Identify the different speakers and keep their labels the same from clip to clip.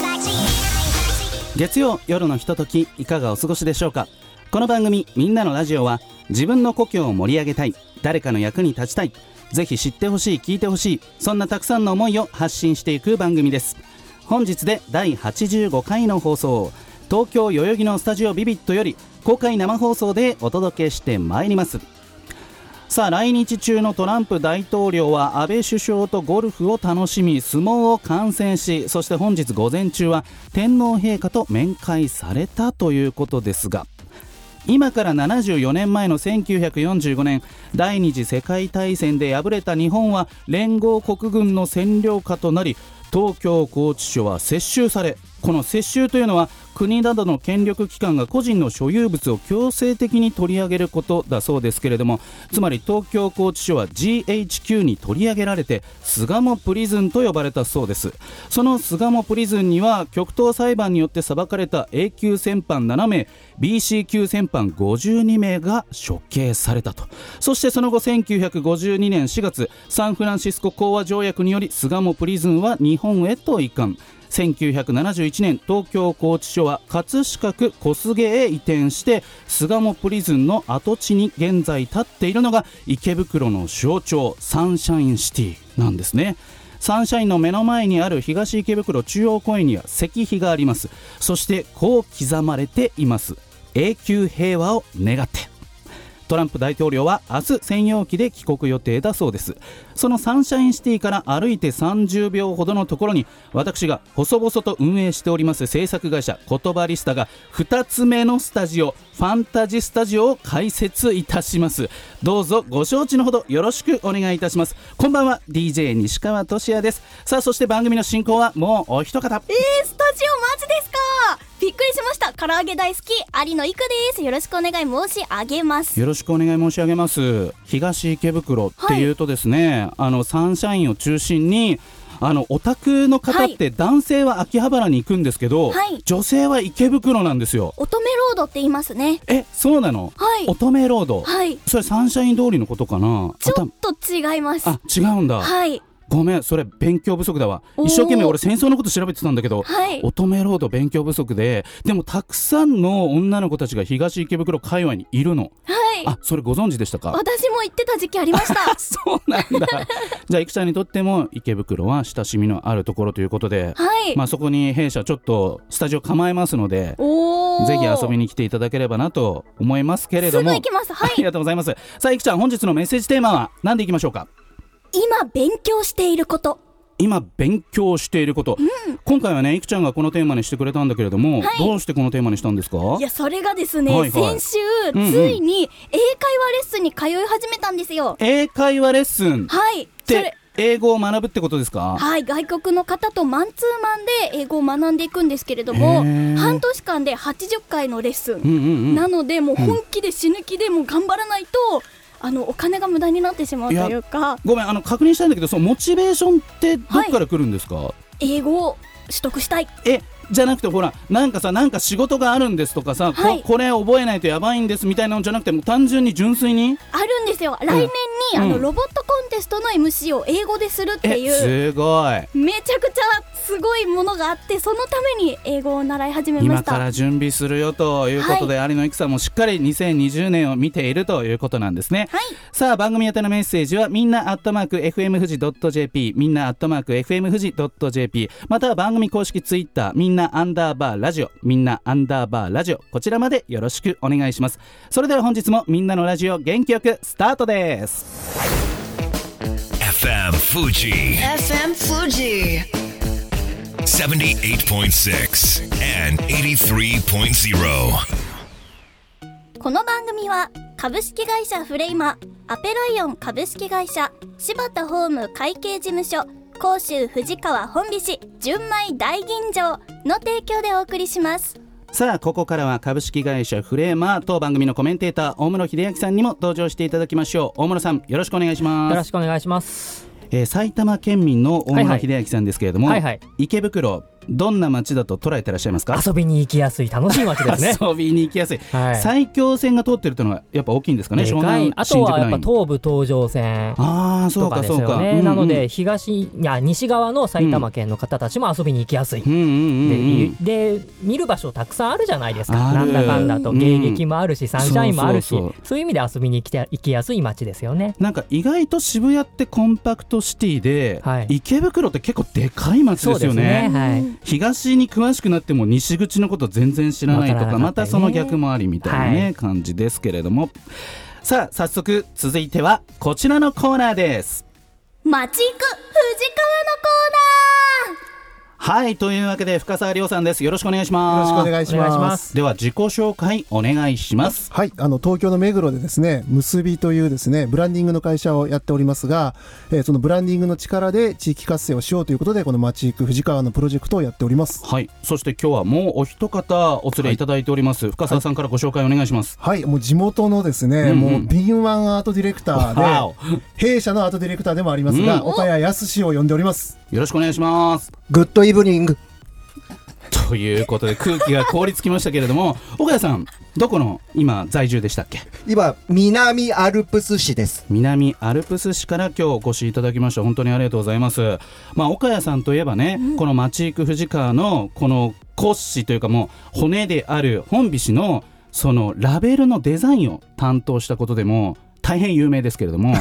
Speaker 1: Thank you.
Speaker 2: 月曜夜のひとときいかがお過ごしでしょうかこの番組「みんなのラジオは」自分の故郷を盛り上げたい誰かの役に立ちたいぜひ知ってほしい聞いてほしいそんなたくさんの思いを発信していく番組です本日で第85回の放送東京代々木のスタジオビビットより公開生放送でお届けしてまいりますさあ来日中のトランプ大統領は安倍首相とゴルフを楽しみ相撲を観戦しそして本日午前中は天皇陛下と面会されたということですが今から74年前の1945年第二次世界大戦で敗れた日本は連合国軍の占領下となり東京拘置所は接収されこの接収というのは国などの権力機関が個人の所有物を強制的に取り上げることだそうですけれどもつまり東京拘置所は GHQ に取り上げられて巣鴨プリズンと呼ばれたそうですその巣鴨プリズンには極東裁判によって裁かれた A 級戦犯7名 BC 級戦犯52名が処刑されたとそしてその後1952年4月サンフランシスコ講和条約により巣鴨プリズンは日本へと移管1971年東京拘置所は葛飾区小菅へ移転して巣鴨プリズンの跡地に現在立っているのが池袋の象徴サンシャインシティなんですね。サンシャインの目の前にある東池袋中央公園には石碑がありますそしてこう刻まれています永久平和を願ってトランプ大統領は明日専用機で帰国予定だそうですそのサンシャインシティから歩いて30秒ほどのところに私が細々と運営しております制作会社言葉リスタが2つ目のスタジオファンタジスタジオを開設いたしますどうぞご承知のほどよろしくお願いいたしますこんばんは DJ 西川俊也ですさあそして番組の進行はもうお一方
Speaker 3: えー、スタジオマジですかびっくりしました唐揚げ大好き有野いくですよろしくお願い申し上げます
Speaker 2: よろしくお願い申し上げます東池袋っていうとですね、あのサンシャインを中心にあのオタクの方って男性は秋葉原に行くんですけど、
Speaker 3: はい
Speaker 2: 女性は池袋なんですよ
Speaker 3: 乙女ロードって言いますね
Speaker 2: えそうなの、
Speaker 3: はい
Speaker 2: 乙女ロード、
Speaker 3: はい
Speaker 2: それサンシャイン通りのことかな
Speaker 3: ちょ
Speaker 2: あ
Speaker 3: っと違います
Speaker 2: たあ違うんだ、
Speaker 3: はい
Speaker 2: ごめんそれ勉強不足だわ
Speaker 3: おー
Speaker 2: 一生懸命俺戦争のこと調べてたんだけど、
Speaker 3: はい
Speaker 2: 乙女ロード勉強不足ででもたくさんの女の子たちが東池袋界隈にいるの
Speaker 3: はい
Speaker 2: あそれご存知でしたか
Speaker 3: 私も行ってた時期ありました は
Speaker 2: そうなんだ。じゃあ、いくちゃんにとっても池袋は親しみのあるところということで、
Speaker 3: い、
Speaker 2: まあ、そこに弊社ちょっとスタジオ構えますので、
Speaker 3: おお
Speaker 2: ぜひ遊び
Speaker 3: に
Speaker 2: に来ていただければなと思いますけれど
Speaker 3: すぐ
Speaker 2: も。
Speaker 3: 行きますは
Speaker 2: あり
Speaker 3: い
Speaker 2: がとうございます。さあ、いくちゃん、本日のメッセージテーマは何でいきましょうか
Speaker 3: 今勉強していること
Speaker 2: 今、勉強していること、今回はね、いくちゃんがこのテーマにしてくれたんだけれども、
Speaker 3: はい
Speaker 2: どうしてこのテーマにしたんですか
Speaker 3: いやそれがですね、
Speaker 2: はいはい
Speaker 3: 先週、
Speaker 2: んうん
Speaker 3: ついに英会話レッスンに通い始めたんですよ
Speaker 2: 英会話レッスンっ
Speaker 3: はいそれ
Speaker 2: て、英語を学ぶってことですか
Speaker 3: はい、外国の方とマンツーマンで英語を学んでいくんですけれども
Speaker 2: へー
Speaker 3: 半年間で80回のレッス
Speaker 2: うん
Speaker 3: ン、
Speaker 2: うんうん。
Speaker 3: なのでもう本気で死ぬ気でもう頑張らないとあのお金が無駄になってしまうというか
Speaker 2: ごめんあの確認したいんだけどそのモチベーションってどっから来るんですか、
Speaker 3: 英語を取得したい
Speaker 2: えじゃなくてほらなんかさなんか仕事があるんですとかさ、こ
Speaker 3: はい
Speaker 2: これ覚えないとやばいんですみたいなのじゃなくてもう単純に純粋に
Speaker 3: あるんですよ来年に、あ
Speaker 2: う
Speaker 3: の
Speaker 2: ん
Speaker 3: ロボットコンテストの MC を英語でするって
Speaker 2: え
Speaker 3: い
Speaker 2: す
Speaker 3: う
Speaker 2: ごい
Speaker 3: めちゃくちゃすごいものがあってそのために英語を習い始めま
Speaker 2: 今
Speaker 3: し
Speaker 2: か
Speaker 3: た。
Speaker 2: ら準備するよということで、有野いくさんもしっかり2020年を見ているということなんですね、
Speaker 3: はい
Speaker 2: さあ番組宛てのメッセージはみんなアットマーク FM 富士 .jp みんなアットマーク FM 富士 .jp または番組公式ツイッターみんなアンダーバーラジオみんなアンダーバーラジオこちらまでよろしくお願いしますそれでは本日もみんなのラジオ元気よくスタートです
Speaker 4: FM Fuji
Speaker 5: FM Fuji.
Speaker 4: 78.6 and 83.0.
Speaker 3: この番組は株式会社フレイマアペライオン株式会社柴田ホーム会計事務所甲州藤川本美市純米大吟醸の提供でお送りします
Speaker 2: さあここからは株式会社フレーマー当番組のコメンテーター大室秀明さんにも登場していただきましょう大室さんよろしくお願いします
Speaker 5: よろしくお願いします。
Speaker 2: えー埼玉県民の大村
Speaker 5: はいはい
Speaker 2: 秀明さんですけれども、
Speaker 5: はいはい
Speaker 2: 池袋どんな街だと捉えてらっしゃいますか。
Speaker 5: 遊びに行きやすい楽しい街ですね
Speaker 2: 遊びに行きやすい、
Speaker 5: はい
Speaker 2: 埼京線が通ってるというのはやっぱ大きいんですかね
Speaker 5: で
Speaker 2: 湘
Speaker 5: かい
Speaker 2: 南
Speaker 5: あと
Speaker 2: 新宿
Speaker 5: はや
Speaker 2: ラ
Speaker 5: っ
Speaker 2: イ
Speaker 5: ぱ
Speaker 2: ン
Speaker 5: 東武東上線
Speaker 2: ああそ
Speaker 5: と
Speaker 2: う
Speaker 5: か
Speaker 2: か
Speaker 5: です
Speaker 2: そう
Speaker 5: よ
Speaker 2: か、
Speaker 5: ね。
Speaker 2: うんうん
Speaker 5: なので東いや西側の埼玉県の方たちも遊びに行きやすい。
Speaker 2: うんうんうん
Speaker 5: で
Speaker 2: うん
Speaker 5: いで見る場所たくさんあるじゃないですか
Speaker 2: ある
Speaker 5: なんだかんだと
Speaker 2: うん
Speaker 5: 迎撃もあるし、サンシャインもあるし
Speaker 2: そ
Speaker 5: そうう
Speaker 2: そうそ
Speaker 5: いう意味で遊びに来て行きやすい街ですよね
Speaker 2: なんか意外と渋谷ってコンパクトシティで、
Speaker 5: はい
Speaker 2: 池袋って結構でかい街ですよね
Speaker 5: そうですはい
Speaker 2: 東に詳しくなっても西口のこと全然知らないとか
Speaker 5: わからなか
Speaker 2: ま
Speaker 5: った
Speaker 2: た
Speaker 5: りね
Speaker 2: その逆もありみたいなね、
Speaker 5: は
Speaker 2: 感じですけれどもさあ早速続いてはこちらのコーナーです
Speaker 3: 街行く藤
Speaker 2: はいというわけで深澤亮さんですよろしくお願いしま
Speaker 6: ろ
Speaker 2: す
Speaker 6: しくお願いし
Speaker 5: お願いし
Speaker 6: ま。
Speaker 5: ます
Speaker 2: では自己紹介お願いします
Speaker 6: はい、あの東京の目黒でですね、結びというですね、ブランディングの会社をやっておりますが、えーそのブランディングの力で地域活性をしようということで、この街行く藤川のプロジェクトをやっております。
Speaker 2: はいそして今日はもうお一方お連れいただいております、深澤さんからご紹介お願いします、
Speaker 6: はい、もう地元のですね、
Speaker 2: うんうん
Speaker 6: もう敏腕アートディレクタ
Speaker 2: わお
Speaker 6: ーで、弊社のアートディレクターでもありますが、
Speaker 2: うん
Speaker 6: 岡谷康を呼んでおります。
Speaker 2: よろしくお願いします
Speaker 7: グッドイブニング
Speaker 2: ということで空気が凍りつきましたけれども 岡谷さんどこの今在住でしたっけ
Speaker 7: 今南アルプス市です
Speaker 2: 南アルプス市から今日お越しいただきました本当にありがとうございますまあ岡谷さんといえばね、この町行く藤川のこの骨子というかもう骨である本菱のそのラベルのデザインを担当したことでも大変有名ですけれど も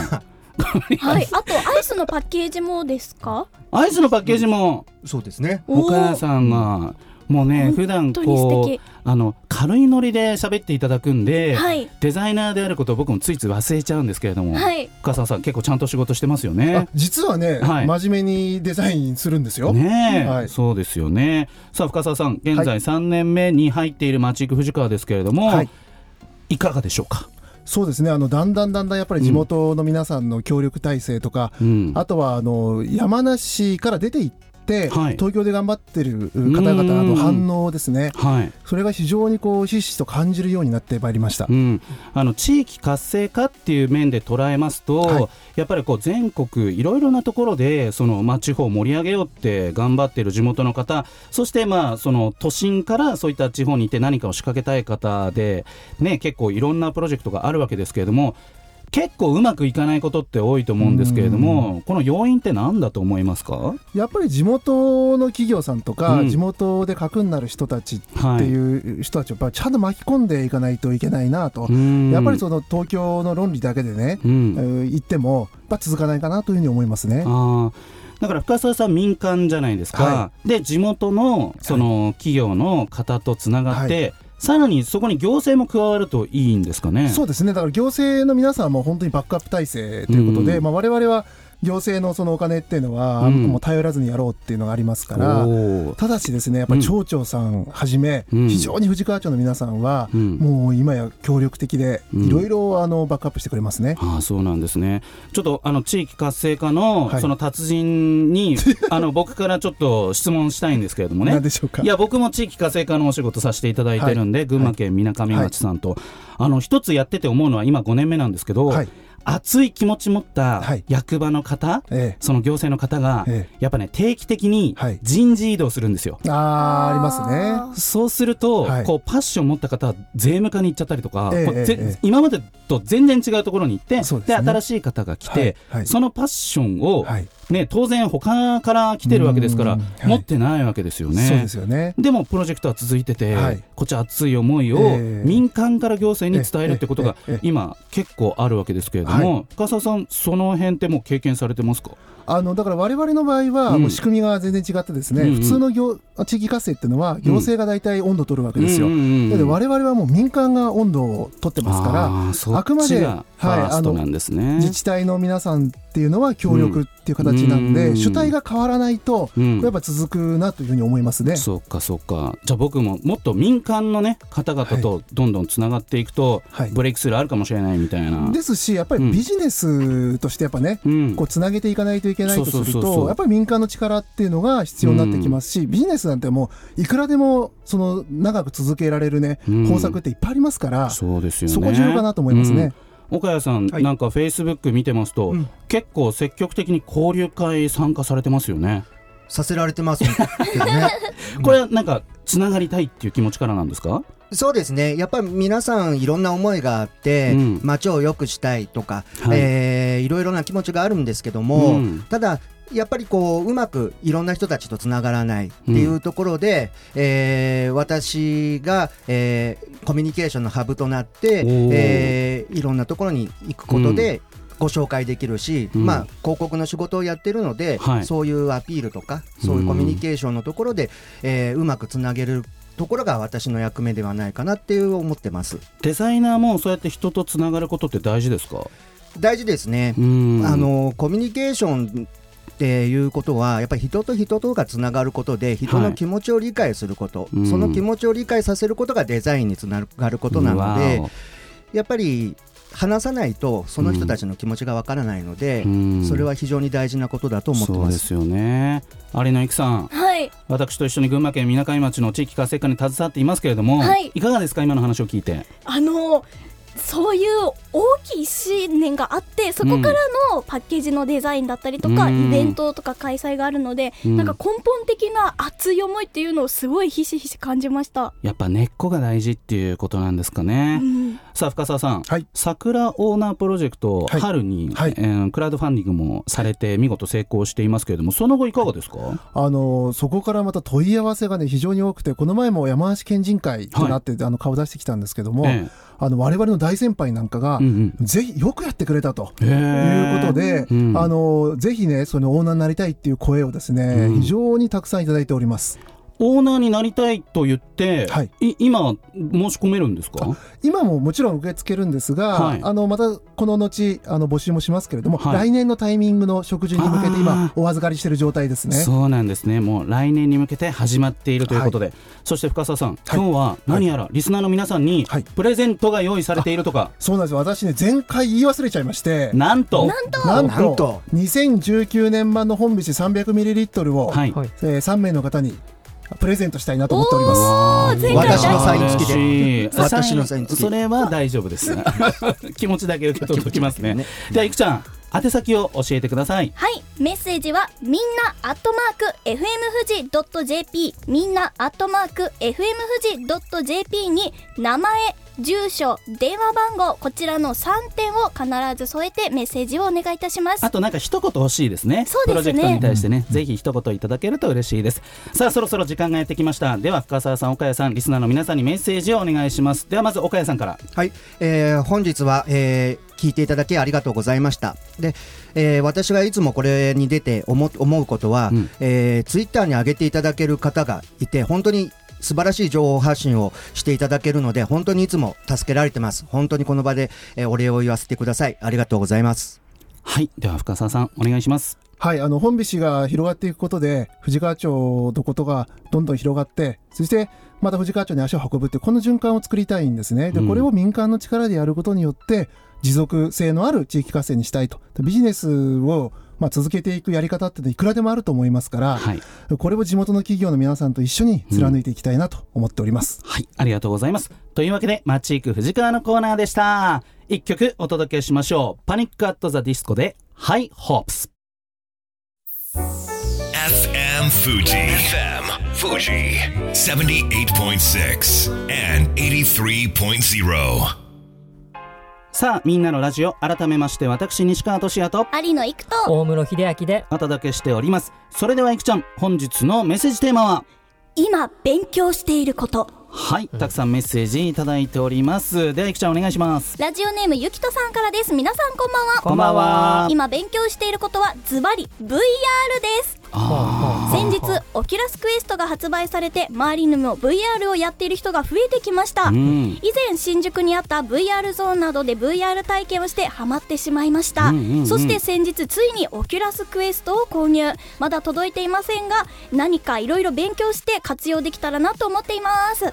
Speaker 3: 子だはいあとアイスのパッケージもですか
Speaker 2: アイスのパッケージも
Speaker 7: そうですね
Speaker 3: おー
Speaker 2: 岡谷さんがもうね普段
Speaker 3: 本当に素
Speaker 2: こ
Speaker 3: 敵
Speaker 2: うあの軽いノリで喋っていただくんで、
Speaker 3: はい
Speaker 2: デザイナーであることを僕もついつい忘れちゃうんですけれども、
Speaker 3: はい
Speaker 2: 深澤さん結構ちゃんと仕事してますよ
Speaker 6: あ
Speaker 2: ね。
Speaker 6: 実はね、
Speaker 2: はい
Speaker 6: 真面目にデザインするんですよ。
Speaker 2: ねえ、
Speaker 6: はい
Speaker 2: そうですよねさあ深澤さん現
Speaker 6: は
Speaker 2: 在3年目に入っている町行く藤川ですけれども、
Speaker 6: はいい、
Speaker 2: かがでしょうか、
Speaker 6: そうですね、あのだんだんだんだんやっぱり地元の皆さんの協力体制とか、
Speaker 2: うん、
Speaker 6: あとはあの山梨から出て行って、
Speaker 2: はい
Speaker 6: 東京で頑張ってる方々の反応ですね、
Speaker 2: はい、
Speaker 6: それが非常にこうひしひしと感じるようになってまいりました
Speaker 2: う。ん、あの地域活性化っていう面で捉えますと、
Speaker 6: はい
Speaker 2: やっぱりこう全国いろいろなところでその、まあ、地方を盛り上げようって頑張ってる地元の方そしてまあその都心からそういった地方に行って何かを仕掛けたい方で、ね、結構いろんなプロジェクトがあるわけですけれども結構うまくいかないことって多いと思うんですけれどもこの要因って何だと思いますか、
Speaker 6: やっぱり地元の企業さんとか、
Speaker 2: うん
Speaker 6: 地元で核になる人たちっていう人たちをやっぱちゃんと巻き込んでいかないといけないなと、
Speaker 2: うん
Speaker 6: やっぱりその東京の論理だけでね、
Speaker 2: うん
Speaker 6: えー行ってもやっぱ続かないかなというふうに思いますね。
Speaker 2: あーだから深澤さん民間じゃないですか、
Speaker 6: は
Speaker 2: で地元のその企業の方とつながって、さらにそこに行政も加わるといいんですかね。
Speaker 6: そうですねだから行政の皆さんも本当にバックアップ体制ということで、
Speaker 2: うん
Speaker 6: まあ、我々は行政のそのお金っていうのは、
Speaker 2: うん
Speaker 6: もう頼らずにやろうっていうのがありますから。
Speaker 2: おー
Speaker 6: ただしですねやっぱり町長さんはじめ、
Speaker 2: うん
Speaker 6: 非常に藤川町の皆さんは、
Speaker 2: うん
Speaker 6: もう今や協力的で、
Speaker 2: うん
Speaker 6: いろいろあのバックアップしてくれますね。
Speaker 2: ああそうなんですねちょっとあの地域活性化の、
Speaker 6: はい
Speaker 2: その達人 にあの僕からちょっと質問したいんですけれどもね
Speaker 6: 何でしょうか
Speaker 2: いや僕も地域活性化のお仕事させていただいてるんで、群馬県みなかみ町さんと、あの一つやってて思うのは今5年目なんですけど、
Speaker 6: はい
Speaker 2: 熱い気持ち持った
Speaker 6: はい
Speaker 2: 役場の方、
Speaker 6: え
Speaker 2: その行政の方が、
Speaker 6: ええ
Speaker 2: やっぱね定期的に
Speaker 6: はい
Speaker 2: 人事異動するんですよ。
Speaker 6: え、あーありますね。
Speaker 2: そうすると、
Speaker 6: はい
Speaker 2: こうパッション持った方は税務課に行っちゃったりとか、
Speaker 6: ええ
Speaker 2: こう
Speaker 6: ええ
Speaker 2: ぜ
Speaker 6: ええ
Speaker 2: 今までと全然違うところに行って
Speaker 6: そうですね
Speaker 2: 新しい方が来て、
Speaker 6: はいはい
Speaker 2: そのパッションを、
Speaker 6: はい
Speaker 2: ね、当然他から来てるわけですから、
Speaker 6: うんはい
Speaker 2: 持ってないわけですよね。
Speaker 6: そうですよね。
Speaker 2: でもプロジェクトは続いてて、
Speaker 6: はい
Speaker 2: こっちは熱い思いを
Speaker 6: ええ
Speaker 2: 民間から行政に伝えるってことが
Speaker 6: ええええ
Speaker 2: 今結構あるわけですけれども、
Speaker 6: は
Speaker 2: 深澤さんその辺ってもう経験されてますか
Speaker 6: あのだから我々の場合は、
Speaker 2: うん
Speaker 6: もう仕組みが全然違ってですね、
Speaker 2: うんうん
Speaker 6: 普通の行地域活性っていうのは行政が大体温度を取るわけですよ。
Speaker 2: うんうんうんうん
Speaker 6: なので我々はもう民間が温度を取ってますから
Speaker 2: あーそっ
Speaker 6: あくま
Speaker 2: ち
Speaker 6: で
Speaker 2: がファーストなんですね、
Speaker 6: 自治体の皆さんっていうのは協力っていう形なんで、
Speaker 2: うん
Speaker 6: 主体が変わらないと、こ
Speaker 2: うん
Speaker 6: れやっぱ続くなというふうに思いますね。
Speaker 2: そうかそうかじゃあ僕ももっと民間のね方々とどんどんつながっていくと、
Speaker 6: はい
Speaker 2: ブレイクスルーあるかもしれないみたいな
Speaker 6: ですし、やっぱ
Speaker 2: うん
Speaker 6: りビジネスとしてやっぱね、
Speaker 2: うん
Speaker 6: こうつなげていかないといけないとする
Speaker 2: そうそうそうそう
Speaker 6: と、やっぱり民間の力っていうのが必要になってきますし、ビジネスなんてもう、いくらでも、その、長く続けられるね、
Speaker 2: うん
Speaker 6: 方策っていっぱいありますから、
Speaker 2: そうですよね
Speaker 6: そこ重要かなと思いますね。
Speaker 2: うん岡谷さん、
Speaker 7: はい
Speaker 2: なんかフェイスブック見てますと、
Speaker 7: うん
Speaker 2: 結構積極的に交流会参加されてますよね。
Speaker 7: させられてますけどね。
Speaker 2: これはなんかつながりたいっていう気持ちからなんですか？
Speaker 7: そうですね。やっぱり皆さんいろんな思いがあって、
Speaker 2: うん
Speaker 7: 街を良くしたいとか、
Speaker 2: はい
Speaker 7: いえーいろいろな気持ちがあるんですけど
Speaker 2: う
Speaker 7: も、
Speaker 2: ん
Speaker 7: ただ、やっぱりこう、うまくいろんな人たちとつながらないっていうところで、えー私が、えーコミュニケーションのハブとなって、
Speaker 2: おー
Speaker 7: えーいろんなところに行くことで、ご紹介できるし、
Speaker 2: うん
Speaker 7: まあ広告の仕事をやってるので、
Speaker 2: はい
Speaker 7: そういうアピールとかそういうコミュニケーションのところで、えーうまくつなげるところが私の役目ではないかなっていう思ってます
Speaker 2: デザイナーもそうやって人とつながることって大事ですか？
Speaker 7: 大事ですね、
Speaker 2: うん
Speaker 7: あのコミュニケーションっていうことはやっぱり人と人とがつながることで人
Speaker 2: は
Speaker 7: の
Speaker 2: い
Speaker 7: 気持ちを理解すること、
Speaker 2: うん
Speaker 7: その気持ちを理解させることがデザインにつながることなので
Speaker 2: わ
Speaker 7: やっぱり話さないとその人たちの気持ちがわからないので、
Speaker 2: おうん
Speaker 7: それは非常に大事なことだと思って
Speaker 2: そう
Speaker 7: ま。
Speaker 2: ですすよね。有野育さん、
Speaker 3: はい
Speaker 2: 私と一緒に群馬県みなかみ町の地域活性化に携わっていますけれども、
Speaker 3: はい
Speaker 2: かがですか今の話を聞いて？
Speaker 3: あのそういう大きい信念があってそこからのパッケージのデザインだったりとか、
Speaker 2: うん
Speaker 3: イベントとか開催があるので、
Speaker 2: うん
Speaker 3: なんか根本的な熱い思いっていうのをすごいひしひし感じました、
Speaker 2: やっぱ根っこが大事っていうことなんですか
Speaker 3: う
Speaker 2: ね。
Speaker 3: ん、
Speaker 2: さあ深澤さん、
Speaker 6: はい
Speaker 2: 桜オーナープロジェクト、
Speaker 6: はい
Speaker 2: 春に、
Speaker 6: はい
Speaker 2: えークラウドファンディングもされて見事成功していますけれどもその後いかがですか、
Speaker 6: あのそこからまた問い合わせがね非常に多くてこの前も山梨県人会となって、あの顔出してきたんですけども、
Speaker 2: え
Speaker 6: あの我々の大先輩なんかが、
Speaker 2: えうん
Speaker 6: ぜひよくやってくれたと
Speaker 2: うん、
Speaker 6: いう
Speaker 2: いう
Speaker 6: ことで、
Speaker 2: うん
Speaker 6: あのぜひねそのオーナーになりたいっていう声をですね、
Speaker 2: うん
Speaker 6: 非常にたくさんいただいております
Speaker 2: オーナーになりたいと言って、
Speaker 6: はい
Speaker 2: い今申し込めるんですか
Speaker 6: 今ももちろん受け付けるんですが、
Speaker 2: はい
Speaker 6: あのまたこの後あの募集もしますけれども、
Speaker 2: はい
Speaker 6: 来年のタイミングの食事に向けて
Speaker 2: あ
Speaker 6: 今お預かりしている状態ですね
Speaker 2: そうなんですねもう来年に向けて始まっているということで、そして深澤さん、今日は何やらリスナーの皆さんに
Speaker 6: はい
Speaker 2: プレゼントが用意されているとか、
Speaker 6: そうなんですよ私ね前回言い忘れちゃいまして
Speaker 2: なんと
Speaker 6: なんと
Speaker 7: なんと
Speaker 6: 2019年版の本日 300ml を、
Speaker 2: はい
Speaker 5: はい。
Speaker 6: えー3名の方にプレゼントしたいなと思っております
Speaker 3: おー前回
Speaker 7: 私のサイン付き
Speaker 2: で
Speaker 7: で私のサイン付き
Speaker 2: それは大丈夫です気持ちだけ受け取っておきますねではゆくちゃん宛先を教えてください
Speaker 3: はい、メッセージはみんなアットマーク FM 富士 .jp みんなアットマーク FM 富士 .jp に名前、住所、電話番号こちらの3点を必ず添えてメッセージをお願いいたします
Speaker 2: あとなんか一言欲しいですね
Speaker 3: そうで
Speaker 2: プ
Speaker 3: すね
Speaker 2: ロジェクトに対してね、ぜひ一言いただけると嬉しいですさあそろそろ時間がやってきましたでは深澤さん岡谷さんリスナーの皆さんにメッセージをお願いしますではまず岡谷さんから
Speaker 7: はい、えー本日は、えー聞いていただきありがとうございました。で、えー私がいつもこれに出て思思うことは、
Speaker 2: うん
Speaker 7: えツイッター Twitter に上げていただける方がいて、本当に素晴らしい情報発信をしていただけるので、本当にいつも助けられてます。本当にこの場で、えーお礼を言わせてください。ありがとうございます。
Speaker 2: はいでは深澤さんお願いします
Speaker 6: はい、あの本菱が広がっていくことで、富士川町のことがどんどん広がって、そしてまた富士川町に足を運ぶっていう、この循環を作りたいんですね。で、
Speaker 2: うん
Speaker 6: これを民間の力でやることによって、持続性のある地域活性にしたいと。ビジネスをまあ続けていくやり方っていくらでもあると思いますから、
Speaker 2: はい
Speaker 6: これを地元の企業の皆さんと一緒に貫いていきたいなと思っております。
Speaker 2: はい、ありがとうございます。というわけで、街行く藤川のコーナーでした。一曲お届けしましょう。パニックアットザディスコで、ハイホープス。
Speaker 4: FM Fuji. FM Fuji. 78.6 and 83.0.
Speaker 2: さあ、みんなのラジオ、改めまして私、西川俊也と、
Speaker 3: 有野行くと
Speaker 5: 大室秀明で、
Speaker 2: お届けしております。それでは、いくちゃん、本日のメッセージテーマは
Speaker 3: 今勉強していること
Speaker 2: はい、たくさんメッセージいただいております。では、いくちゃん、お願いします。
Speaker 3: ラジオネームゆきとさんからです皆さんこんばんは
Speaker 2: こんばんは
Speaker 3: 今勉強していることはズバリ VR です
Speaker 2: あ
Speaker 3: 先日オキュラスクエストが発売されて周りにも VR をやっている人が増えてきました、
Speaker 2: ーうん。
Speaker 3: 以前新宿にあった VR ゾーンなどで VR 体験をしてハマってしまいました、
Speaker 2: うんうんうん
Speaker 3: そして先日ついにオキュラスクエストを購入まだ届いていませんが何かいろいろ勉強して活用できたらなと思っています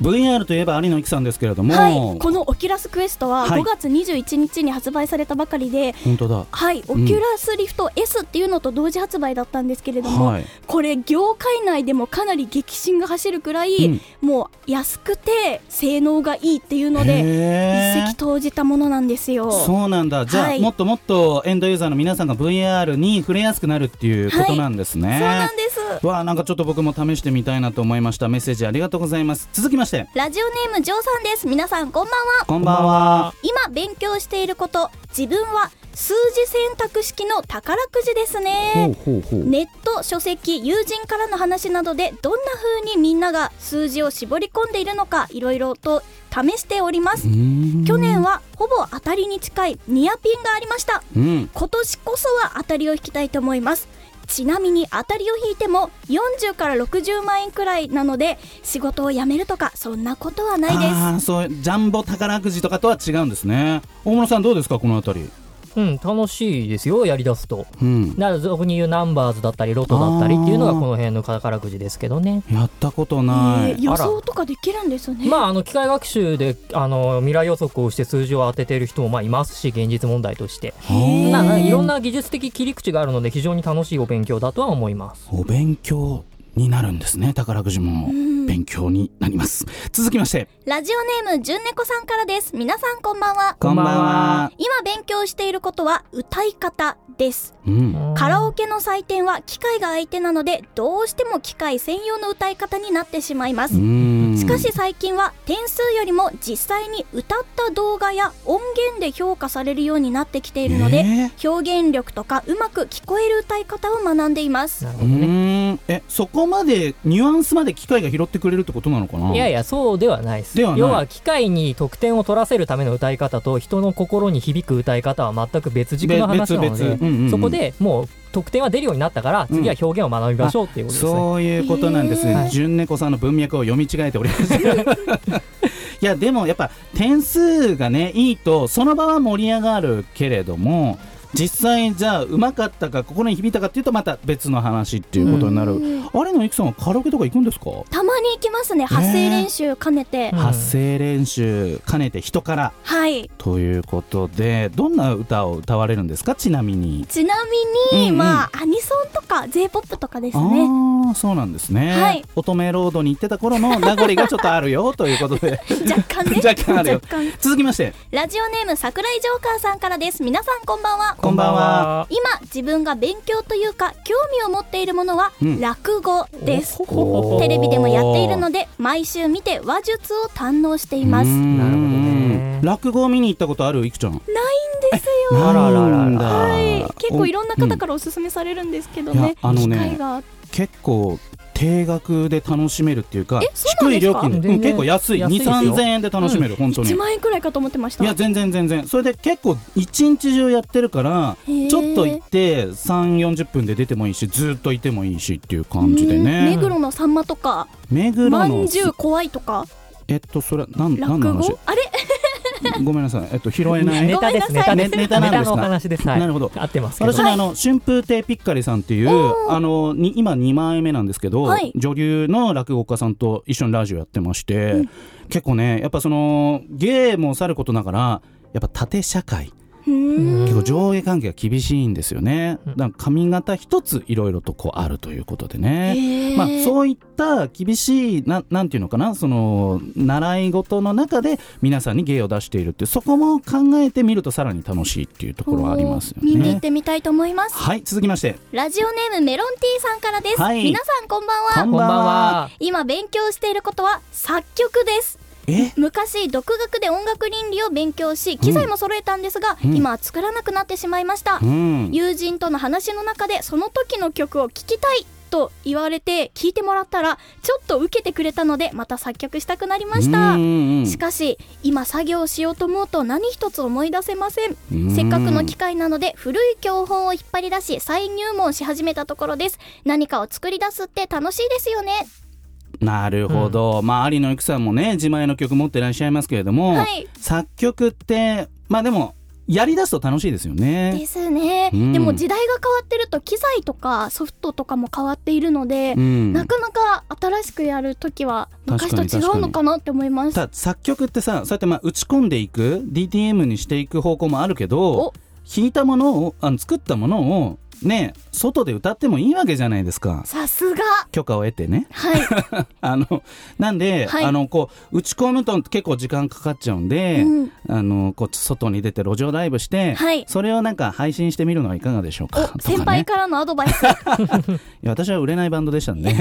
Speaker 2: VR といえば有野育さんですけれども、
Speaker 3: はい、このオキュラスクエストは
Speaker 2: はい
Speaker 3: 5月21日に発売されたばかりで、
Speaker 2: 本当だ
Speaker 3: はい、オキュラスリフト S っていうのと同時発売だったんですけれども、
Speaker 2: はい
Speaker 3: これ業界内でもかなり激震が走るくらい、
Speaker 2: うん
Speaker 3: もう安くて性能がいいっていうので
Speaker 2: へ
Speaker 3: 一
Speaker 2: ー
Speaker 3: 石投じたものなんですよ。
Speaker 2: そうなんだじゃあ、
Speaker 3: はい
Speaker 2: もっともっとエンドユーザーの皆さんが VR に触れやすくなるっていうことなんですね、
Speaker 3: そうなんです
Speaker 2: わあなんかちょっと僕も試してみたいなと思いましたメッセージありがとうございます続きまして
Speaker 3: ラジオネームジョーさんです皆さんこんばんは
Speaker 2: こんばんは
Speaker 3: 今勉強していること自分は数字選択式の宝くじですね
Speaker 2: ほうほ
Speaker 3: ネット書籍友人からの話などでどんな風にみんなが数字を絞り込んでいるのかいろいろと試しております去年はほぼ当たりに近いニアピンがありました
Speaker 2: うん
Speaker 3: 今年こそは当たりを引きたいと思いますちなみに当たりを引いても40から60万円くらいなので仕事を辞めるとかそんなことはないです
Speaker 2: あーそうジャンボ宝くじとかとは違うんですね大村さんどうですかこのあたり
Speaker 5: うん、楽しいですよ、やりだすと。
Speaker 2: うん
Speaker 5: なら俗に言うナンバーズだったり、ロトだったりっていうのがこの辺の宝くじですけどね。
Speaker 2: やったことない、
Speaker 3: えー予想とかできるんですね。
Speaker 5: まあ、あの機械学習であの未来予測をして数字を当てている人もまあいますし現実問題として
Speaker 2: へー
Speaker 5: まあいろんな技術的切り口があるので非常に楽しいお勉強だとは思います
Speaker 2: お勉強になるんですね宝くじも
Speaker 3: ん
Speaker 2: 勉強になります続きまして
Speaker 3: ラジオネームじゅんねこさんからです。皆さんこんばんは。
Speaker 2: こんばんは
Speaker 3: 今勉強していることは歌い方です。
Speaker 2: うん
Speaker 3: カラオケの採点は機械が相手なので、どうしても機械専用の歌い方になってしまいます。
Speaker 2: うん
Speaker 3: しかし最近は点数よりも実際に歌った動画や音源で評価されるようになってきているので、
Speaker 2: ね
Speaker 3: 表現力とかうまく聞こえる歌い方を学んでいます。
Speaker 5: なるほ
Speaker 2: う
Speaker 5: どね
Speaker 2: ーんえそこまでニュアンスまで機械が拾ってくれるってことなのかないい
Speaker 5: やいやそうではないです
Speaker 2: ではない
Speaker 5: 要は機械に得点を取らせるための歌い方と人の心に響く歌い方は全く別軸の話なの
Speaker 2: 別別うんうんう
Speaker 5: で
Speaker 2: ん
Speaker 5: そこでもう得点は出るようになったから次は表現を学びましょうっていうことですね、
Speaker 2: そういうことなんです
Speaker 5: へ
Speaker 2: ね
Speaker 5: ー
Speaker 2: 純猫さんの文脈を読み違えておりま したいやでもやっぱ点数がねいいとその場は盛り上がるけれども実際じゃあうまかったか心に響いたかっていうとまた別の話っていうことになる、あれのいくさんはカラオケとか行くんですか
Speaker 3: たまに行きますね。発声練習兼ねて。
Speaker 5: うん
Speaker 2: 発声練習兼ねて人から
Speaker 3: はい。
Speaker 2: ということでどんな歌を歌われるんですかちなみに
Speaker 3: ちなみに、
Speaker 2: うんうん
Speaker 3: まあアニソンとか J-POP とかですね
Speaker 2: ああそうなんですね、
Speaker 3: はい
Speaker 2: 乙女ロードに行ってた頃の名残がちょっとある よということで
Speaker 3: 若干 ね
Speaker 2: 若干あるよ
Speaker 3: 若干
Speaker 2: 続きまして
Speaker 3: ラジオネーム桜井ジョーカーさんからです皆さんこんばんは
Speaker 2: こんばんは
Speaker 3: 今自分が勉強というか興味を持っているものは
Speaker 2: うん
Speaker 3: 落語です、
Speaker 2: おー
Speaker 3: テレビでもやっているので毎週見て話術を堪能していま
Speaker 2: う
Speaker 3: す
Speaker 2: ー
Speaker 3: なん
Speaker 5: なるほどね
Speaker 2: 落語見に行ったことあるいくちゃん
Speaker 3: いんですよ
Speaker 2: あらららら
Speaker 3: はい結構いろんな
Speaker 2: おう
Speaker 3: 方からおすすめされるんですけどね,、
Speaker 2: いやあのね
Speaker 3: 機会があって
Speaker 2: 結構低額で楽しめるっていうか
Speaker 3: えそうなん
Speaker 2: 低い
Speaker 3: です
Speaker 2: 料
Speaker 3: か
Speaker 2: 金で、
Speaker 5: 全然
Speaker 2: うん結構安い
Speaker 5: 安いですよ
Speaker 2: 23000円で楽しめる、本当に
Speaker 3: 1万円くらいかと思ってました
Speaker 2: いや全然全然それで結構一日中やってるから
Speaker 3: へー
Speaker 2: ちょっと行って3 4 0分で出てもいいしずっといてもいいしっていう感じで
Speaker 3: うん
Speaker 2: ね
Speaker 3: 目黒のさんまとか
Speaker 2: 目黒
Speaker 3: ま
Speaker 2: の
Speaker 3: んじゅう怖いとか
Speaker 2: えっとそれはなんなんの
Speaker 3: 落
Speaker 2: 話
Speaker 3: 語あれ
Speaker 2: ごめんなさいえっと拾えない
Speaker 5: ネタですネタです
Speaker 2: ネタなんですか
Speaker 5: のお話です、はい、
Speaker 2: なるほど
Speaker 5: 合ってますけど
Speaker 2: 私ね、あの春風亭ピッカリさんっていうあのに今2枚目なんですけど、
Speaker 3: はい
Speaker 2: 女流の落語家さんと一緒にラジオやってまして、結構ねやっぱその芸もさることながらやっぱ縦社会
Speaker 3: うーん
Speaker 2: 結構上下関係が厳しいんですよね、
Speaker 5: うん
Speaker 2: だから髪型一ついろいろとこうあるということでね、
Speaker 3: へー
Speaker 2: まあ、そういった厳しいななんていうのかなその習い事の中で皆さんに芸を出しているってそこも考えてみるとさらに楽しいっていうところはありますよ
Speaker 3: 見に行っ
Speaker 2: ね。
Speaker 3: てみたいと思います、
Speaker 2: はい続きまして
Speaker 3: ラジオネームメロンティーさんからです、
Speaker 2: はい
Speaker 3: 皆さんこんばんは
Speaker 2: こんばんは
Speaker 3: 今勉強していることは作曲です
Speaker 2: え
Speaker 3: 昔独学で音楽倫理を勉強し機材も揃えたんですが、
Speaker 2: うん
Speaker 3: 今は作らなくなってしまいました、
Speaker 2: うん
Speaker 3: 友人との話の中でその時の曲を聴きたいと言われて聞いてもらったらちょっと受けてくれたのでまた作曲したくなりました、
Speaker 2: うんうんうん
Speaker 3: しかし今作業をしようと思うと何一つ思い出せません
Speaker 2: うん
Speaker 3: せっかくの機会なので古い教本を引っ張り出し再入門し始めたところです何かを作り出すって楽しいですよね
Speaker 2: なるほど、まあ有野由紀さんもね自前の曲持ってらっしゃいますけれども、
Speaker 3: はい
Speaker 2: 作曲ってまあでもやりだすと楽しいですよね
Speaker 3: で。すね、
Speaker 2: うん
Speaker 3: でも時代が変わってると機材とかソフトとかも変わっているので、
Speaker 2: うん
Speaker 3: なかなか新しくやるときは昔と違うのかなって思います
Speaker 2: ただ作曲ってさそうやってまあ打ち込んでいく DTM にしていく方向もあるけど
Speaker 3: お
Speaker 2: 弾いたものをあの作ったものをね外で歌ってもいいわけじゃないですか
Speaker 3: さすが
Speaker 2: 許可を得てね。
Speaker 3: はい
Speaker 2: あのなんで、
Speaker 3: はい
Speaker 2: あのこう打ち込むと結構時間かかっちゃうんで、
Speaker 3: うん
Speaker 2: あのこう外に出て路上ライブして、
Speaker 3: はい
Speaker 2: それをなんか配信してみるのはいかがでしょうかとか、ね
Speaker 3: お、先輩からのアド バイス、
Speaker 2: いや私は売れないバンドでしたんで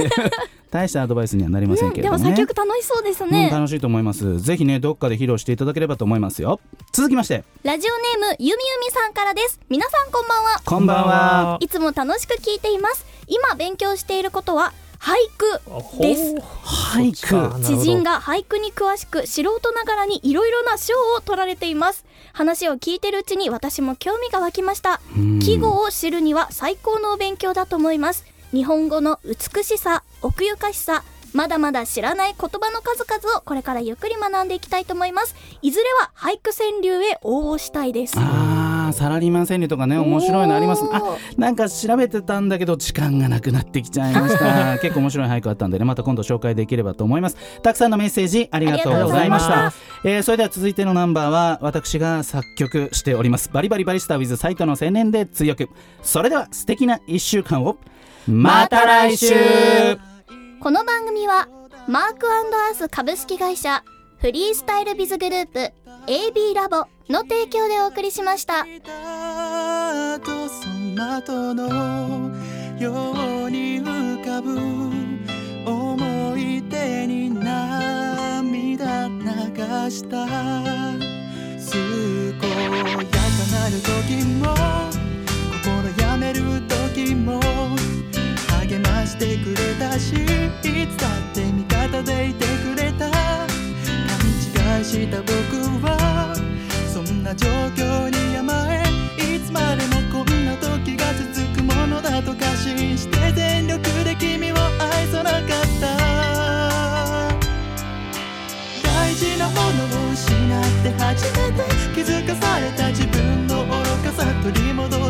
Speaker 2: 大したアドバイスにはなりませ
Speaker 3: うんん、
Speaker 2: けれ
Speaker 3: で
Speaker 2: ど
Speaker 3: も
Speaker 2: もね。
Speaker 3: 作曲楽しそうです
Speaker 2: うん、
Speaker 3: ね、
Speaker 2: 楽しいと思います。ぜひね、どっかで披露していただければと思いますよ。続きまして、
Speaker 3: ラジオネームゆみゆみさんからです皆さんこんばんは
Speaker 2: こんばんは。
Speaker 3: いつも楽しく聞いています今勉強していることは俳句です
Speaker 2: 俳句。
Speaker 3: 知人が俳句に詳しく素人ながらにいろいろな賞を取られています話を聞いてるうちに私も興味が湧きました
Speaker 2: うん
Speaker 3: 季語を知るには最高のお勉強だと思います日本語の美しさ奥ゆかしさまだまだ知らない言葉の数々をこれからゆっくり学んでいきたいと思いますいずれは俳句川柳へ応募したいです
Speaker 2: あーサラリーマン川柳とかね面白いのあります
Speaker 3: おー
Speaker 2: あなんか調べてたんだけど時間がなくなってきちゃいました 結構面白い俳句あったんでねまた今度紹介できればと思いますたくさんのメッセージありがとうございまし
Speaker 3: あり
Speaker 2: た
Speaker 3: が
Speaker 2: えーそれでは続いてのナンバーは私が作曲しておりますバリバリバリスタ with サイトの青年で追憶それでは素敵な1週間をまた来週
Speaker 3: この番組はマークアース株式会社フリースタイルビズグループ AB ラボの提供でお送りしました。
Speaker 7: たとその後のように浮かぶ思い出に涙流した健やかなる時も心やめる時も励ましてくれたしいつだって味方でいてくれた勘違いした僕はそんな状況に甘えいつまでもこんな時が続くものだと過信して全力で君を愛さなかった大事なものを失って初めて気づかされた自分の愚かさ取り戻